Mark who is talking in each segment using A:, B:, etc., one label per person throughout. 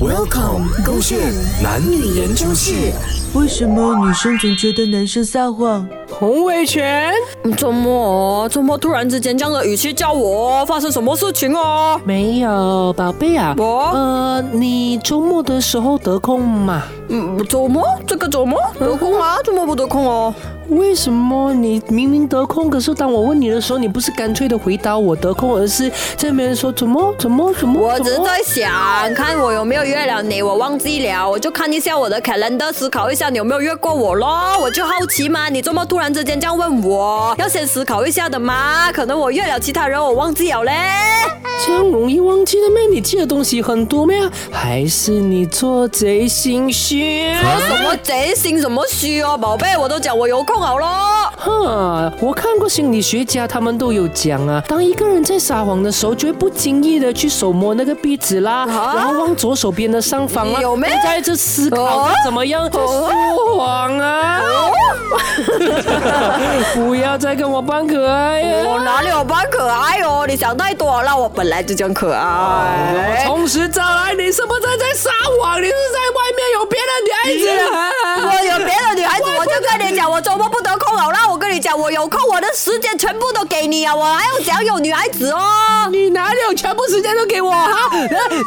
A: Welcome，勾线男女研究室。
B: 为什么女生总觉得男生撒谎？
C: 洪伟全，
D: 周末嗯哦，周末突然之间这样的语气叫我哦，发生什么事情哦？
C: 没有，宝贝啊，
D: 我
C: 呃，你周末的时候得空吗？
D: 嗯，周末这个周末得空啊？周末不得空哦？
C: 为什么你明明得空，可是当我问你的时候，你不是干脆的回答我得空，而是在那边说怎么怎么怎么？
D: 我
C: 怎
D: 只是
C: 么
D: 在想，看我有没有约了你，我忘记了，我就看一下我的 calendar，思考一下你有没有约过我咯。我就好奇嘛，你周末突然之间这样问我，要先思考一下的嘛。可能我约了其他人，我忘记了嘞。
C: 啊这样容易忘记的咩？你记的东西很多咩？还是你做贼心虚？
D: 什么贼心什么虚哦，宝贝，我都讲我有空好咯。
C: 哈，啊我看过心理学家，他们都有讲啊，当一个人在撒谎的时候，就会不经意的去手摸那个壁纸啦，
D: 啊
C: 然后往左手边的上方啊，
D: 有咩
C: 在这思考
D: 哦
C: 他怎么样说谎啊！哎不要再跟我扮可爱啊！
D: 我哪里有扮可爱哦？你想太多了，我本来就这样可爱。
C: 从实招来，你是不是在撒谎？你是在外面有别的女孩子？啊
D: 我有别的女孩子，我就跟你讲，我周末不得空好啦。我跟你讲，我有空，我的时间全部都给你啊，我还要想有女孩子哦。
C: 你哪里有全部时间都给我哈？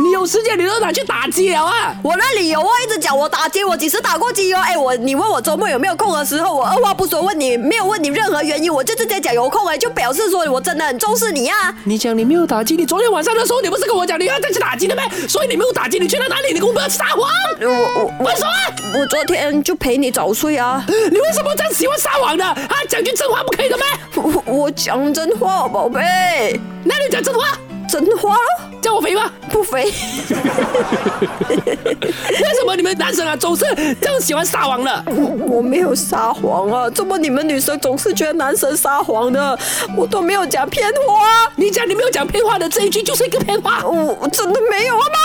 C: 你有时间你都拿去打机了啊！
D: 我那里有哦，一直讲我打机，我几时打过机哦？哎，我你问我周末有没有空的时候，我二话不说问你，没有问你任何原因，我就直接讲有空哎，就表示说我真的很重视你啊。
C: 你讲你没有打击，你昨天晚上的时候你不是跟我讲你要再去打击的吗？所以你没有打击，你去了哪里？你跟我们撒谎？
D: 我我啊
C: 为什么？
D: 我昨天就陪你早睡啊，
C: 你为什么这样喜欢撒谎呢？啊，讲句真话不可以的吗？
D: 我我讲真话，宝贝，
C: 那你讲真话，
D: 真话咯。
C: 叫我肥吗？
D: 不肥，
C: 为什么你们男生啊总是这样喜欢撒谎呢？
D: 我没有撒谎啊！怎么你们女生总是觉得男生撒谎的？我都没有讲骗话，
C: 你讲你没有讲骗话的这一句就是一个骗话。
D: 我我真的没有好吗？